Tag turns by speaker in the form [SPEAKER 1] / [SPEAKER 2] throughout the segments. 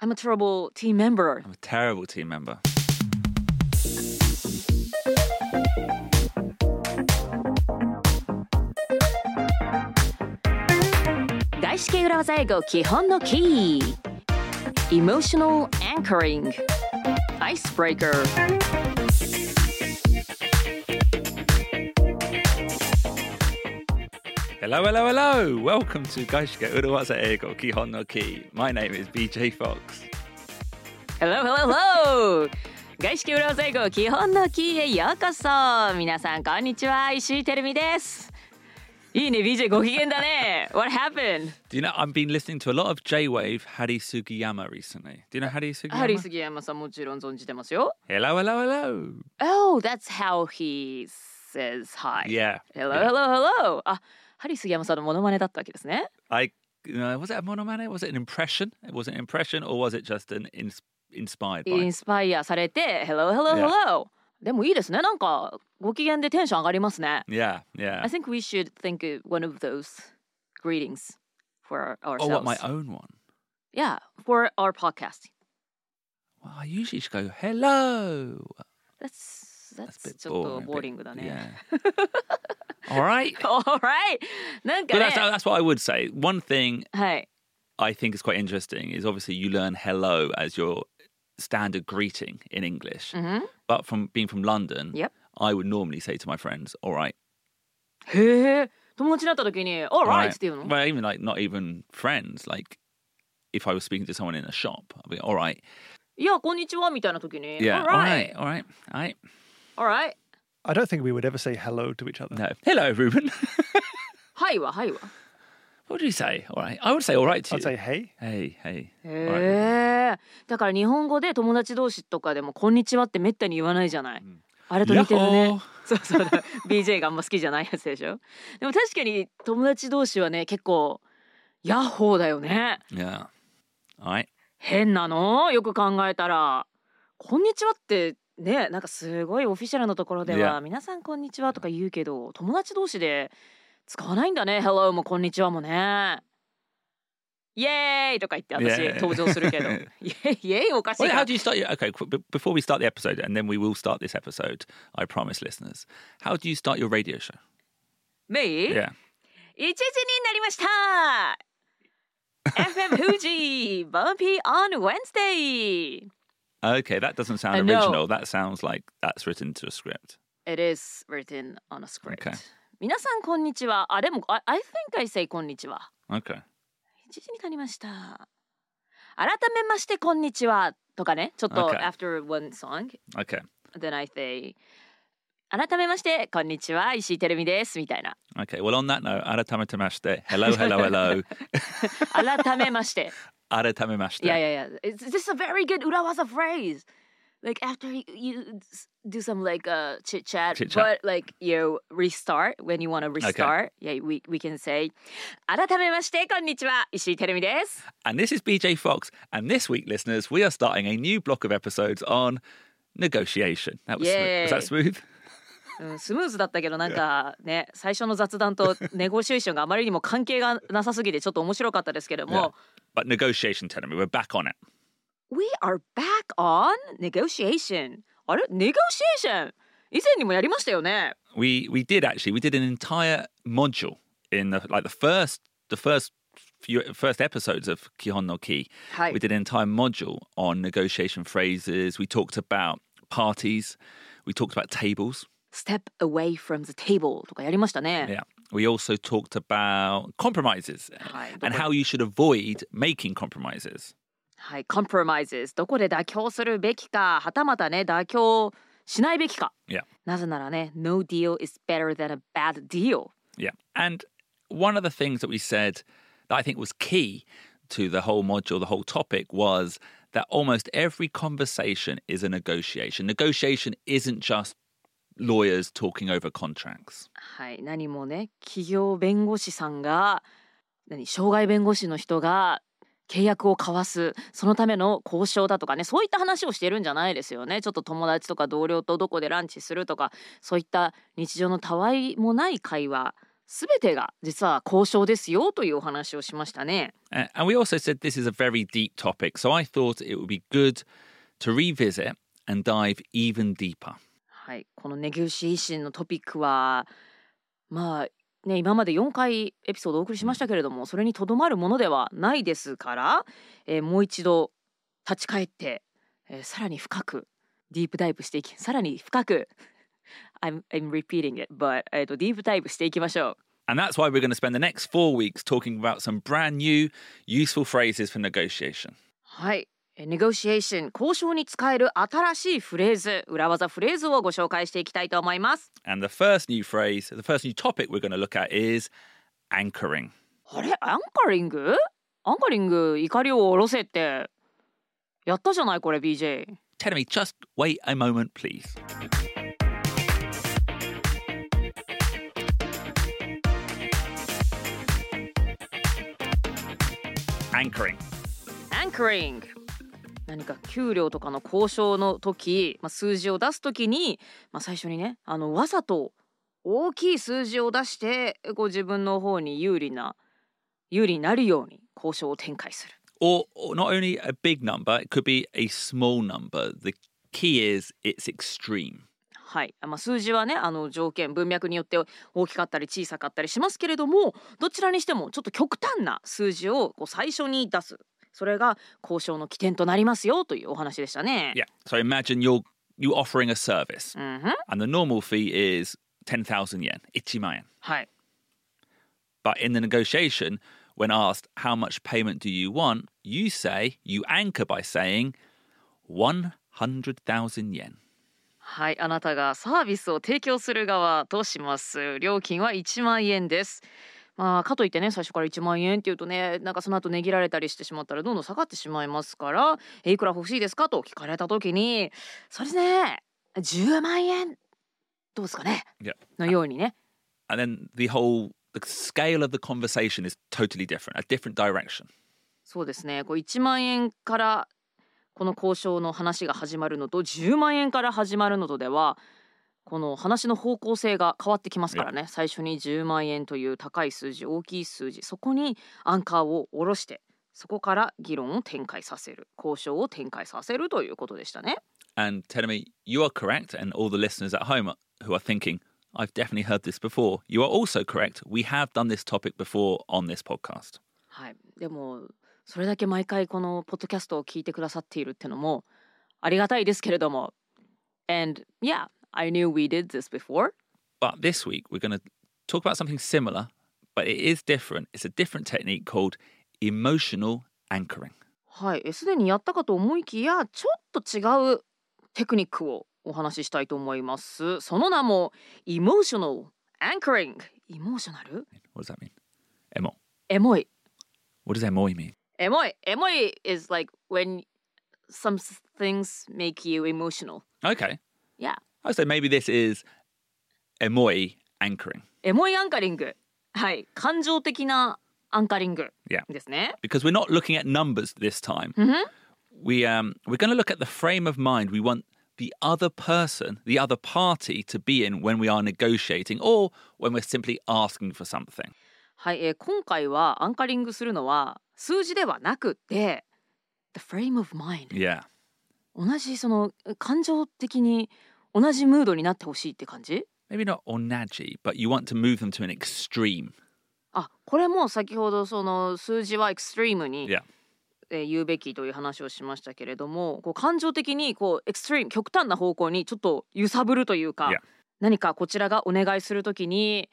[SPEAKER 1] I'm a terrible team member.
[SPEAKER 2] I'm a terrible team member.
[SPEAKER 1] 外資系裏技英語基本のキー Emotional Anchoring Icebreaker
[SPEAKER 2] ヘロヘロヘロ Welcome to 外資系裏技英語基本のキー My name is BJ Fox
[SPEAKER 1] Hello, hello, hello 外資系裏技英語基本のキーへようこそ皆さんこんにちは石井てるみですいいね BJ ご機嫌だね What happened?
[SPEAKER 2] Do you know I've been listening to a lot of J-Wave Hadi Sugiyama recently Do you know Hadi
[SPEAKER 1] ハリー
[SPEAKER 2] Sugiyama?
[SPEAKER 1] 杉山さんもちろん存じてますよ
[SPEAKER 2] Hello hello hello
[SPEAKER 1] Oh, that's how he says hi
[SPEAKER 2] Yeah
[SPEAKER 1] Hello,
[SPEAKER 2] yeah.
[SPEAKER 1] hello, hello あ、ハリー杉山さんのモノマネだったわけですね
[SPEAKER 2] I uh, was that a monomane? Was it an impression? Was it an impression or was it just an ins- inspired by?
[SPEAKER 1] インスパイアされて「Hello Hello
[SPEAKER 2] Yeah.
[SPEAKER 1] Hello」でもいいですねなんかご機嫌でテンション上がりますね
[SPEAKER 2] Yeah, yeah.
[SPEAKER 1] I think we should think of one of those greetings for ourselves
[SPEAKER 2] Oh, what my own one?
[SPEAKER 1] Yeah for our podcast
[SPEAKER 2] Well, I usually just go hello.
[SPEAKER 1] That's
[SPEAKER 2] That's a
[SPEAKER 1] that's
[SPEAKER 2] bit
[SPEAKER 1] ちょっと
[SPEAKER 2] boring, a
[SPEAKER 1] ボーリン
[SPEAKER 2] bit-
[SPEAKER 1] グだ ね
[SPEAKER 2] Yeah. All right.
[SPEAKER 1] All right なんか
[SPEAKER 2] But
[SPEAKER 1] ね
[SPEAKER 2] that's, that's what I would say. One thing
[SPEAKER 1] はい、
[SPEAKER 2] I think is quite interesting is obviously you learn hello as your standard greeting in English.
[SPEAKER 1] うんふん
[SPEAKER 2] But from being from London,
[SPEAKER 1] Mm. Yep.
[SPEAKER 2] I would normally say to my friends, all right.
[SPEAKER 1] へえ友達になった時に「All right」っていうの
[SPEAKER 2] Well, even like not even friends. Like if I was speaking to someone in a shop, I'd be all right.
[SPEAKER 1] いやこんにちはみたいな時に「
[SPEAKER 2] Yeah.
[SPEAKER 1] All right
[SPEAKER 2] All right. All right.
[SPEAKER 1] All right
[SPEAKER 3] I don't think we would ever say hello to each other.
[SPEAKER 2] No. Hello, Ruben.
[SPEAKER 1] はいははいは」
[SPEAKER 2] what do you say? All right. I would say all right to
[SPEAKER 3] I'd
[SPEAKER 2] you.
[SPEAKER 3] say hey.
[SPEAKER 2] Hey, hey.
[SPEAKER 1] へえだから日本語で友達同士とかでも「こんにちは」ってめったに言わないじゃない、あれと似てるね
[SPEAKER 2] Yahoo!
[SPEAKER 1] そうそうだ BJ があんま好きじゃないやつでしょでも確かに友達同士はね結構ヤッホーだよね
[SPEAKER 2] Yeah. All right.
[SPEAKER 1] 変なのよく考えたら「こんにちは」ってねなんかすごいオフィシャルなところでは「
[SPEAKER 2] Yeah.
[SPEAKER 1] 皆さんこんにちは」とか言うけど友達同士で使わないんだね「Hello」も「こんにちは」もね。イエーイとか言って私
[SPEAKER 2] Yeah.
[SPEAKER 1] 登場するけ どイエーイイエーイおかしい
[SPEAKER 2] Well,
[SPEAKER 1] か
[SPEAKER 2] how
[SPEAKER 1] ら
[SPEAKER 2] do you start your okay? qu- b- Before we start the episode, and then we will start this episode. I promise, listeners. How do you start your radio show?
[SPEAKER 1] メイ、
[SPEAKER 2] Yeah.
[SPEAKER 1] 一時になりました FM 富士 Bumpy on Wednesday
[SPEAKER 2] Okay, that doesn't sound
[SPEAKER 1] I know.
[SPEAKER 2] original. That sounds like that's written into a script.
[SPEAKER 1] It is written on a script、
[SPEAKER 2] Okay.
[SPEAKER 1] 皆さんこんにちはあでも I, I think I say こんにちは
[SPEAKER 2] Okay.
[SPEAKER 1] 一時になりました改めましてこんにちはとかねちょっと
[SPEAKER 2] Okay.
[SPEAKER 1] after one song
[SPEAKER 2] Okay.
[SPEAKER 1] then I say 改めましてこんにちは石井てるみですみたいな
[SPEAKER 2] Okay. Well, on that note, aratametamashite. Hello, hello, hello.
[SPEAKER 1] 改めまして
[SPEAKER 2] Aratamemashite.
[SPEAKER 1] Yeah, yeah, yeah. It's this is a very good Urawaza phrase. Like after you, you s- do some like uh chit chat,
[SPEAKER 2] Chit-chat.
[SPEAKER 1] but like you restart when you want to restart. Yeah, we we can say 改めまして konnichiwa, Ishii Terumi desu.
[SPEAKER 2] And this is BJ Fox. And this week, listeners, we are starting a new block of episodes on negotiation. That was smooth. Was
[SPEAKER 1] Yay.
[SPEAKER 2] that smooth?
[SPEAKER 1] うん、スムーズだったけどなんかね最初の雑談とネゴシエーションがあまりにも関係がなさすぎてちょっと面白かったですけども、
[SPEAKER 2] But negotiation, tell me, we're back on it.
[SPEAKER 1] We are back on negotiation あれ negotiation 以前にもやりましたよね
[SPEAKER 2] We we did actually. We did an entire module in the like the first the first few first episodes of Kihon no Ki.
[SPEAKER 1] はい
[SPEAKER 2] We did an entire module on negotiation phrases. We talked about parties. We talked about tables.
[SPEAKER 1] step away from the table とかやりましたね。
[SPEAKER 2] Yeah. We also talked about compromises
[SPEAKER 1] はい、ど
[SPEAKER 2] and
[SPEAKER 1] こ
[SPEAKER 2] how you should avoid making compromises.
[SPEAKER 1] はい、compromises どこで妥協するべきかはたまたね妥協しないべきか。
[SPEAKER 2] Yeah.
[SPEAKER 1] なぜならね no deal is better than a bad deal。
[SPEAKER 2] Yeah. And one of the things that we said that I think was key to the whole module, the whole topic was that almost every conversation is a negotiation. Negotiation isn't just lawyers talking over contracts.
[SPEAKER 1] はい、何もね企業弁護士さんが何障害弁護士の人が契約を交わすそのための交渉だとかねそういった話をしてるんじゃないですよねちょっと友達とか同僚とどこでランチするとかそういった日常のたわいもない会話すべてが実は交渉ですよというお話をしましたね。
[SPEAKER 2] Uh, and we also said this is a very deep topic, so I thought it would be good to revisit and dive even deeper.
[SPEAKER 1] はい、このネギュシ維新のトピックはまあね今まで4回エピソードをお送りしましたけれどもそれにとどまるものではないですから、えーもう一度立ち返って、えーさらに深くディープダイブしていきさらに深く I'm, I'm repeating it but えーとディープダイブしていきましょう。
[SPEAKER 2] And that's why we're going to spend the next four weeks talking about some brand new, useful phrases for negotiation.
[SPEAKER 1] はい。えーネゴシエーション交渉に使える新しいフレーズ裏技フレーズをご紹介していきたいと思います。
[SPEAKER 2] And the first new phrase, the first new topic we're going to look at is anchoring.
[SPEAKER 1] あれアンカリングアンカリング怒りを下ろせってやったじゃないこれ BJ。
[SPEAKER 2] Tell me, just wait a moment, please. Anchoring.
[SPEAKER 1] アンカリング何か給料とかの交渉の時、まあ、数字を出す時に、まあ、最初にねあのわざと大きい数字を出してこう自分の方に有利な有利になるように交渉を展開する。
[SPEAKER 2] or, or not only a big number, it could be a small number. The key is it's extreme.
[SPEAKER 1] はい、まあ、数字はねあの条件文脈によって大きかったり小さかったりしますけれどもどちらにしてもちょっと極端な数字をこう最初に出すそれが交渉の起点となりますよというお話でしたね。
[SPEAKER 2] Yeah. So imagine you're you offering a service
[SPEAKER 1] うんふん
[SPEAKER 2] and the normal fee is 10,000 yen, ichimayan.
[SPEAKER 1] はい、
[SPEAKER 2] But in the negotiation, when asked how much payment do you want, you say you anchor by saying 100,000 yen.
[SPEAKER 1] はい、あなたがサービスを提供する側とします。料金は1万円です。まあ、かといってね最初から1万円っていうとねなんかその後値切られたりしてしまったらどんどん下がってしまいますから「えいくら欲しいですか?」と聞かれた時に「それね10万円どうですかね?
[SPEAKER 2] いや」
[SPEAKER 1] のようにね
[SPEAKER 2] And then the whole the scale of the conversation is totally different, a different direction.
[SPEAKER 1] そうですねこう1万円からこの交渉の話が始まるのと10万円から始まるのとではこの話の方向性が変わってきますからね最初に10万円という高い数字大きい数字そこにアンカーを下ろしてそこから議論を展開させる交渉を展開させるということでしたね。
[SPEAKER 2] And Tenemi, you are correct, and all the listeners at home who are thinking, I've definitely heard this before, you are also correct. We have done this topic before on this podcast.
[SPEAKER 1] はい、でもそれだけ毎回このポッドキャストを聞いてくださっているってのもありがたいですけれども And yeah, I knew we did this before
[SPEAKER 2] But this week, we're going to talk about something similar, but it is different. It's a different technique called emotional anchoring.
[SPEAKER 1] はい、えすでにやったかと思いきやちょっと違うテクニックをお話ししたいと思いますその名もエモーショナルアンカリングエモーショナル
[SPEAKER 2] What does that mean? Emo.
[SPEAKER 1] エモい
[SPEAKER 2] What does emoi mean?
[SPEAKER 1] エモいエモい is like when some things make you emotional
[SPEAKER 2] Okay.
[SPEAKER 1] yeah
[SPEAKER 2] I say maybe this is emoi anchoring
[SPEAKER 1] エモいアンカリングはい感情的なアンカリング
[SPEAKER 2] Yeah.
[SPEAKER 1] ですね
[SPEAKER 2] because we're not looking at numbers this time.
[SPEAKER 1] うんふん
[SPEAKER 2] we um we're going to look at the frame of mind we want the other person, the other party to be in when we are negotiating or when we're simply asking for something.
[SPEAKER 1] はい、えー今回はアンカリングするのは数字ではなくて the frame of mind
[SPEAKER 2] Yeah.
[SPEAKER 1] 同じその感情的に同じムードになってほしいって感じ
[SPEAKER 2] Maybe not onaji, but you want to move them to an extreme.
[SPEAKER 1] あこれも先ほどその数字はエクストリームに
[SPEAKER 2] Yeah.
[SPEAKER 1] えー言うべきという話をしましたけれどもこう感情的にこうエクストリーム極端な方向にちょっと揺さぶるというか
[SPEAKER 2] Yeah.
[SPEAKER 1] 何かこちらがお願いするときに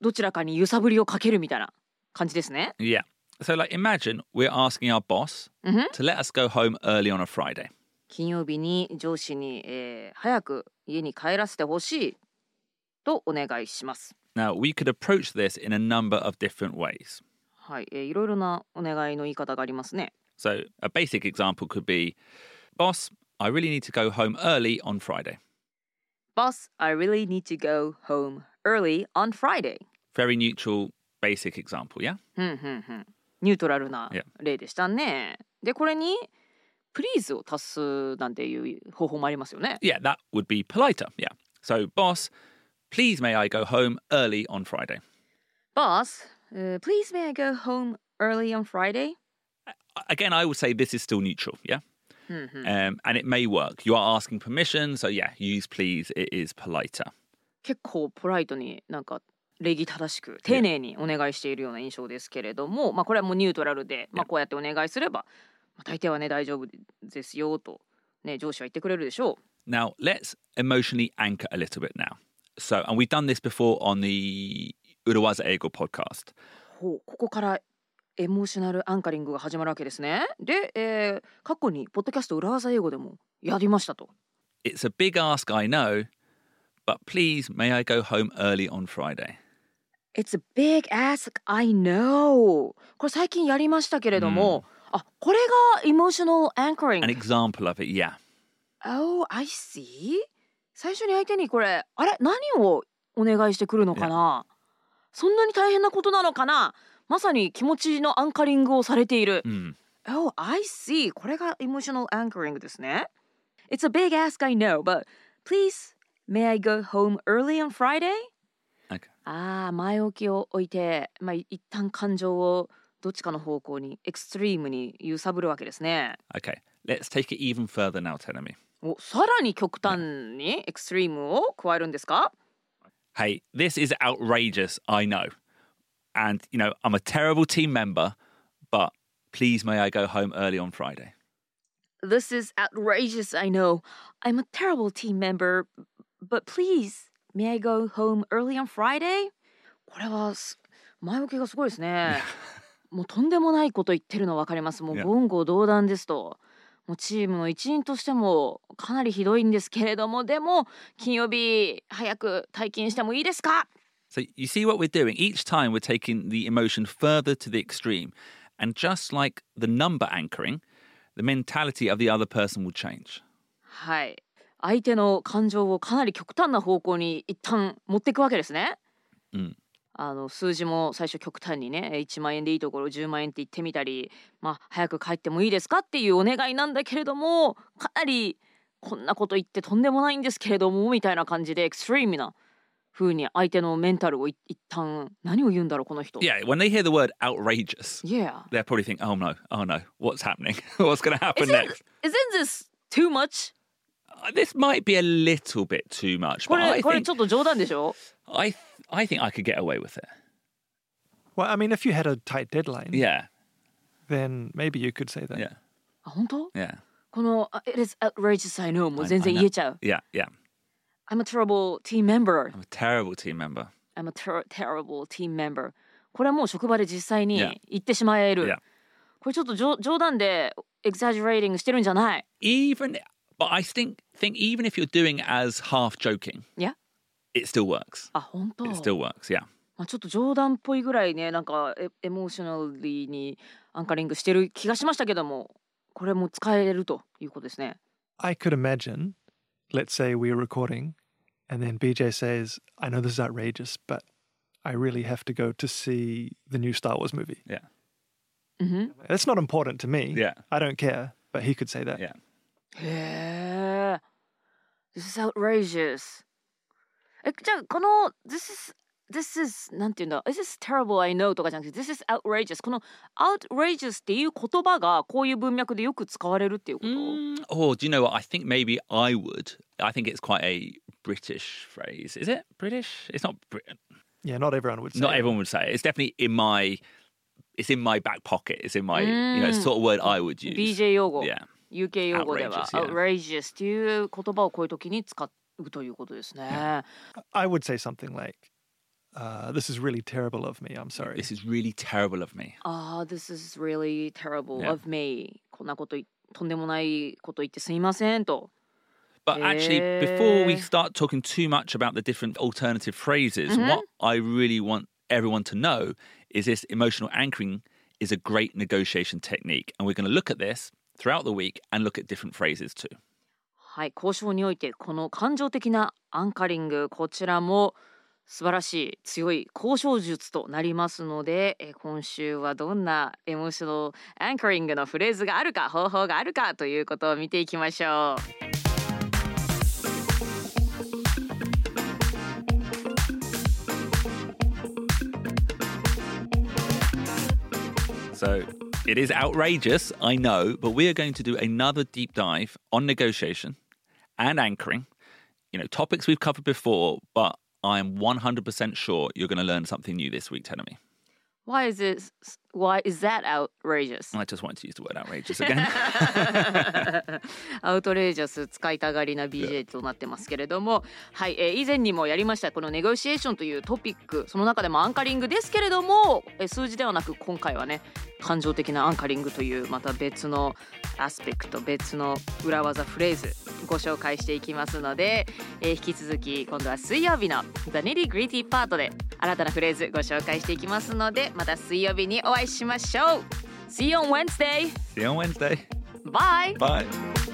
[SPEAKER 1] どちらかに揺さぶりをかけるみたいな感じですね。
[SPEAKER 2] Yeah. So like imagine we're asking our boss
[SPEAKER 1] Mhm.
[SPEAKER 2] to let us go home early on a Friday.
[SPEAKER 1] 金曜日に上司に、えー早く家に帰らせてほしいとお願いします。
[SPEAKER 2] Now, we could approach this in a number of different ways.
[SPEAKER 1] はい、えーいろいろなお願いの言い方がありますね。
[SPEAKER 2] So, a basic example could be, "Boss, I really need to go home early on Friday."
[SPEAKER 1] Boss, I really need to go home early on Friday.
[SPEAKER 2] Very neutral basic example, yeah?
[SPEAKER 1] ふんふんふんニュートラルな
[SPEAKER 2] Yeah.
[SPEAKER 1] 例でしたね。で、これに please を足すなんていう方法もありますよね。
[SPEAKER 2] Yeah, that would be politer. Yeah. So, boss, please may I go home early on Friday?
[SPEAKER 1] Boss, uh, please may I go home early on Friday?
[SPEAKER 2] Again, I would say this is still neutral, yeah? Um, and it may work. You are asking permission, so yeah, use please, it is politer.
[SPEAKER 1] 結構ポライトになんか礼儀正しく丁寧にお願いしているような印象ですけれども、まあこれはもうニュートラルで、まあ、こうやってお願いすれば、まあ、大抵はね大丈夫ですよと、ね、上司は言ってくれるでしょう。
[SPEAKER 2] Now, let's emotionally anchor a little bit now. So, and we've done this before on the Urawaza Ego podcast.
[SPEAKER 1] ほうここからエモーショナルアンカリングが始まるわけですね。で、えー過去にポッドキャスト裏技英語でもやりましたと。
[SPEAKER 2] It's a big ask, I know, but please, may I go home early on Friday?
[SPEAKER 1] It's a big ask, I know. これ最近やりましたけれども、あこれが emotional anchoring
[SPEAKER 2] An example of it, yeah.
[SPEAKER 1] Oh, I see. 最初に相手にこれ、あれ何をお願いしてくるのかなそんなに大変なことなのかなまさに気持ちのアンカリングをされている。
[SPEAKER 2] Mm.
[SPEAKER 1] Oh, I see. これが emotional anchoring ですね。It's a big ask, I know, but please, may I go home early on Friday?
[SPEAKER 2] Okay.
[SPEAKER 1] ああ、前置きを置いて、まあ、一旦感情をどっちかの方向に、エクストリームに揺さぶるわけですね。
[SPEAKER 2] Okay, let's take it even further now, Tenami.
[SPEAKER 1] おさらに極端にエクストリームを加えるんですか
[SPEAKER 2] Hey, this is outrageous, I know. And, you know, I'm a terrible team member, but please may I go home early on Friday?
[SPEAKER 1] This is outrageous, I know. I'm a terrible team member, but please, may I go home early on Friday? これはす前置きがすごいですね。もうとんでもないこと言ってるの分かります。もう
[SPEAKER 2] Yeah.
[SPEAKER 1] 言語道断ですと。もうチームの一員としてもかなりひどいんですけれども、でも金曜日早く退勤してもいいですか
[SPEAKER 2] So you see what we're doing. Each time we're taking the emotion further to the extreme. And just like the number anchoring, the mentality of the other person will change.
[SPEAKER 1] はい相手の感情をかなり極端な方向に一旦持っていくわけですね。
[SPEAKER 2] うん
[SPEAKER 1] あの数字も最初極端にねえー1万円でいいところ10万円って言ってみたり、まあ、早く帰ってもいいですかっていうお願いなんだけれどもかなりこんなこと言ってとんでもないんですけれどもみたいな感じでエクストリームな風に相手のメンタルをい一旦何を言うんだろうこの人。
[SPEAKER 2] Yeah, when they hear the word outrageous,
[SPEAKER 1] Yeah.
[SPEAKER 2] they're probably thinking, oh no, oh no, what's happening? what's going to happen
[SPEAKER 1] Isn't,
[SPEAKER 2] next?
[SPEAKER 1] isn't this too much?
[SPEAKER 2] Uh, This might be a little bit too much,
[SPEAKER 1] こ
[SPEAKER 2] but
[SPEAKER 1] れ
[SPEAKER 2] I
[SPEAKER 1] これ
[SPEAKER 2] think
[SPEAKER 1] ちょっと冗談でしょ
[SPEAKER 2] I, th- I think I could get away with it.
[SPEAKER 3] Well, I mean, if you had a tight deadline,
[SPEAKER 2] Yeah,
[SPEAKER 3] then maybe you could say that.
[SPEAKER 2] yeah,
[SPEAKER 1] あ本当
[SPEAKER 2] yeah,
[SPEAKER 1] このあ It is outrageous I know もう
[SPEAKER 2] I-
[SPEAKER 1] 全然
[SPEAKER 2] I know.
[SPEAKER 1] 言えちゃう。
[SPEAKER 2] yeah, yeah.
[SPEAKER 1] I'm a terrible team member.
[SPEAKER 2] I'm a terrible team member.
[SPEAKER 1] I'm a ter- terrible team member. これはもう職場で実際に
[SPEAKER 2] Yeah.
[SPEAKER 1] 言ってしまえる。
[SPEAKER 2] Yeah.
[SPEAKER 1] これちょっと冗冗談で exaggerating してるんじゃない。
[SPEAKER 2] Even, but I think think even if you're doing it as half joking,
[SPEAKER 1] いや、
[SPEAKER 2] it still works.
[SPEAKER 1] あ本当。
[SPEAKER 2] It still works. Yeah.
[SPEAKER 1] まあちょっと冗談っぽいぐらいね、なんかエエモーショナリーにアンカリングしてる気がしましたけども、これも使えるということですね。
[SPEAKER 3] I could imagine, let's say we're recording, and then BJ says, I know this is outrageous, but I really have to go to see the new Star Wars movie.
[SPEAKER 2] Yeah.
[SPEAKER 3] That's not important to me.
[SPEAKER 2] Yeah.
[SPEAKER 3] I don't care, but he could say that.
[SPEAKER 2] Yeah.
[SPEAKER 1] へえ。This is outrageous. え、じゃあこの This is This is なんていうんだ This is terrible I know とかじゃなくて This is outrageous この outrageous っていう言葉がこういう文脈でよく使われるっていうこと、
[SPEAKER 2] Mm, oh, do you know what? I think maybe I would. I think it's quite a British phrase. Is it British? It's not. Brit-
[SPEAKER 3] Yeah, not everyone would say
[SPEAKER 2] Not
[SPEAKER 3] it.
[SPEAKER 2] everyone would say it. It's definitely in my. It's in my back pocket. It's in my. You know, it's the sort of word I would use.
[SPEAKER 1] BJ 用語、
[SPEAKER 2] Yeah.
[SPEAKER 1] UK 用語では
[SPEAKER 2] Outrageous, yeah.
[SPEAKER 1] outrageous っていう言葉をこういう時に使うということですね、
[SPEAKER 3] I would say something like, uh, this is really terrible of me. I'm sorry.
[SPEAKER 2] This is really terrible of me.
[SPEAKER 1] ああ、this is really terrible
[SPEAKER 2] Yeah.
[SPEAKER 1] of me こんなこといとんでもないこと言ってすいませんと
[SPEAKER 2] But actually, before we
[SPEAKER 1] Eh.
[SPEAKER 2] start talking too much about the different alternative phrases, what I really want everyone to know is this emotional anchoring is a great negotiation technique. And we're going to look at this throughout the week and look at different phrases too.
[SPEAKER 1] はい、交渉においてこの感情的なアンカリングこちらも素晴らしい強い交渉術となりますので、えー今週はどんなエモーショナルアンカリングのフレーズがあるか方法があるかということを見ていきましょう。
[SPEAKER 2] So it is outrageous, I know, but we are going to do another deep dive on negotiation and anchoring. You know, topics we've covered before, but I am 100% sure you're going to learn something new this week, Tenemy.
[SPEAKER 1] Why is this? Why is that outrageous?
[SPEAKER 2] I just wanted to use the word outrageous again.
[SPEAKER 1] アウトレイジャス使いたがりな BJ となってますけれども、はい、えー以前にもやりましたこのネゴシエーションというトピックその中でもアンカリングですけれども、えー数字ではなく今回はね感情的なアンカリングというまた別のアスペクト別の裏技フレーズご紹介していきますので、えー引き続き今度は水曜日の「ザ・ネリグリティパート」で新たなフレーズご紹介していきますのでまた水曜日にお会いしましょう See you on Wednesday!
[SPEAKER 2] See you on Wednesday.
[SPEAKER 1] Bye!
[SPEAKER 2] Bye.